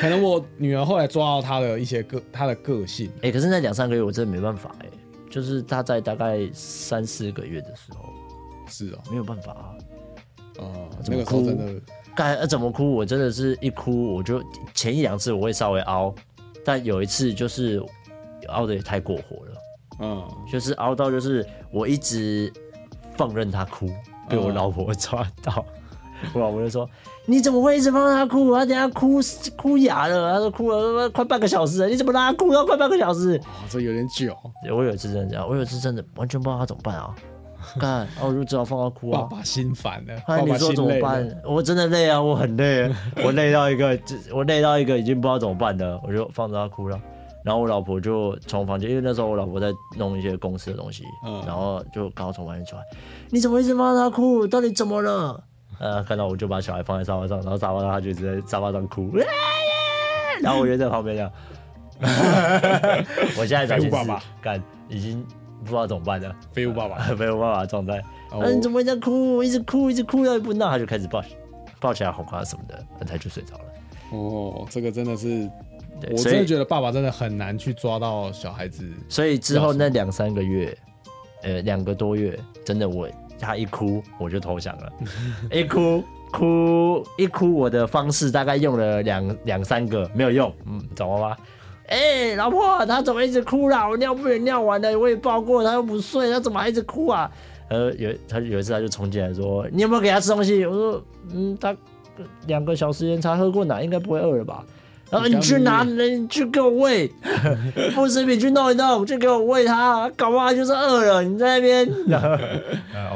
S3: 可能我女儿后来抓到她的一些个，她的个性，
S2: 哎、可是那两三个月我真的没办法哎、就是他在大概三四个月的时候
S3: 是哦，
S2: 没有办法啊，
S3: 哦，
S2: 怎
S3: 那
S2: 么
S3: 个时候
S2: 哭
S3: 真的，
S2: 该、呃怎么哭我真的是一哭我就前一两次我会稍微凹，但有一次就是凹的也太过火了，
S3: 嗯，
S2: 就是凹到就是我一直放任他哭，被我
S3: 嗯
S2: 老婆抓到， 我老婆就说。你怎么会一直放任他哭？他等下哭哭哑了，他说哭了快半个小时了，你怎么让他哭到快半个小时？
S3: 哦，这有点久，
S2: 对我有一次真的这样，我有一次真的完全不知道他怎么办啊，干，然后我就只好放他哭
S3: 爸
S2: 啊。
S3: 爸心烦了，
S2: 哎，
S3: 爸
S2: 你
S3: 爸
S2: 说
S3: 心
S2: 怎么
S3: 累了，
S2: 办？我真的累啊，我很累啊，我累到一个， 这我累到一个已经不知道怎么办了，我就放着他哭了。然后我老婆就从房间，因为那时候我老婆在弄一些公司的东西，
S3: 嗯
S2: 然后就刚好从房间出来，你怎么一直放着他哭？到底怎么了？呃，看到我就把小孩放在沙发上，然后沙发上他就一直在沙发上哭，啊呀然后我就在旁边这 样，我现在表情
S3: 废物爸
S2: 是
S3: 爸
S2: 干已经不知道怎么办了，
S3: 废物爸爸，
S2: 没有办法状态。
S3: 哦
S2: 啊，你怎么会在哭？一直哭，一直哭，要不闹，他就开始抱起抱起来哄啊什么的，那他就睡着了。
S3: 哦，这个真的是，
S2: 对，
S3: 我
S2: 所
S3: 真的
S2: 以
S3: 觉得爸爸真的很难去抓到小孩子，
S2: 所以之后那两三个月，呃，两个多月，真的我他一哭我就投降了，一哭哭一哭，我的方式大概用了两两三个没有用，嗯，懂了吗？哎、老婆，他怎么一直哭啦？我尿布也尿完了，我也抱过，他又不睡，他怎么还一直哭啊？呃，有他有一次他就冲进来说：“你有没有给他吃东西？”我说：“嗯，他呃两个小时前才喝过奶，应该不会饿了吧？”然后你
S3: 你刚
S2: 去拿，
S3: 刚
S2: 你去给我喂， 副食品去弄一弄，去给我喂他，搞不好他就是饿了。你在那边，然后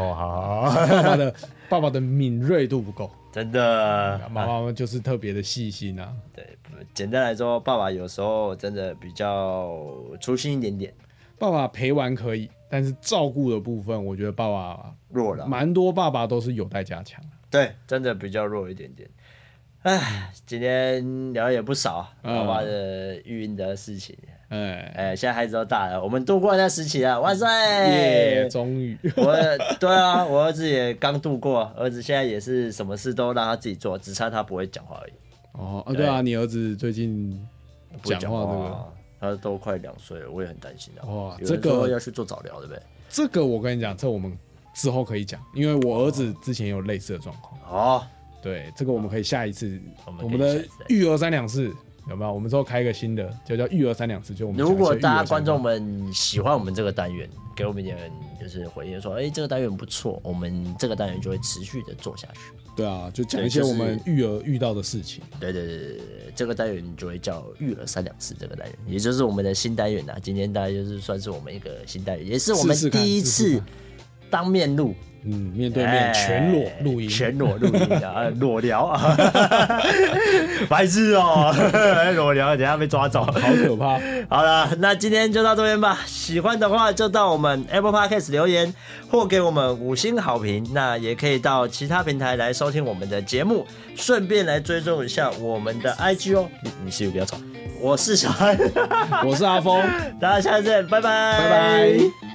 S2: 哦，好好，
S3: 爸爸 的爸爸的敏锐度不够，
S2: 真的，
S3: 妈妈们就是特别的细心啊，
S2: 对，简单来说，爸爸有时候真的比较粗心一点点，
S3: 爸爸陪玩可以，但是照顾的部分，我觉得爸爸
S2: 弱了，
S3: 蛮多爸爸都是有待加强。
S2: 对，真的比较弱一点点。唉，今天聊也不少，
S3: 嗯
S2: 爸爸的育婴的事情。
S3: 哎，
S2: 哎、现在孩子都大了，我们度过那时期了，哇塞！
S3: 耶，终于，
S2: 我对啊，我儿子也刚度过，儿子现在也是什么事都让他自己做，只差他不会讲话而已。
S3: 哦，啊对啊，你儿子最近
S2: 不会
S3: 讲
S2: 讲
S3: 话这个，
S2: 啊，他都快两岁了，我也很担心啊。
S3: 哇
S2: 有人
S3: 这个
S2: 说要去做早疗，对不对？
S3: 这个我跟你讲，这我们之后可以讲，因为我儿子之前有类似的状况。
S2: 好，
S3: 对，这个我们可以下一次，
S2: 哦我们可以
S3: 我
S2: 下
S3: 们的
S2: 一次
S3: 育儿三两事有没有？我们之后开一个新的，就叫育儿三两事，就我们讲一
S2: 如
S3: 些
S2: 果
S3: 育
S2: 大
S3: 儿
S2: 家
S3: 相
S2: 观
S3: 关
S2: 众们喜欢我们这个单元，给我们一点就是回应，说，哎、这个单元不错，我们这个单元就会持续的做下去。
S3: 对啊，就讲一
S2: 对
S3: 些
S2: 就是
S3: 我们育儿遇到的事情。
S2: 对对对对对，这个单元就会叫育儿三两次这个单元，也就是我们的新单元啊啦、今天大概就是算是我们一个新单元，也是我们
S3: 试试看
S2: 第一
S3: 试试
S2: 次
S3: 看
S2: 当面录，
S3: 嗯，面对面全裸
S2: 哎
S3: 录音，
S2: 全裸录音的，呃裸聊 啊，白痴哦、 裸聊，等一下被抓走。
S3: 好可怕。
S2: 好了，那今天就到这边吧。喜欢的话就到我们 Apple Podcast 留言或给我们五星好评。那也可以到其他平台来收听我们的节目，顺便来追踪一下我们的 IG 哦。你你是不是比较吵？我是小安，
S3: 我是阿峰，
S2: 大家下次见，拜拜，
S3: 拜拜。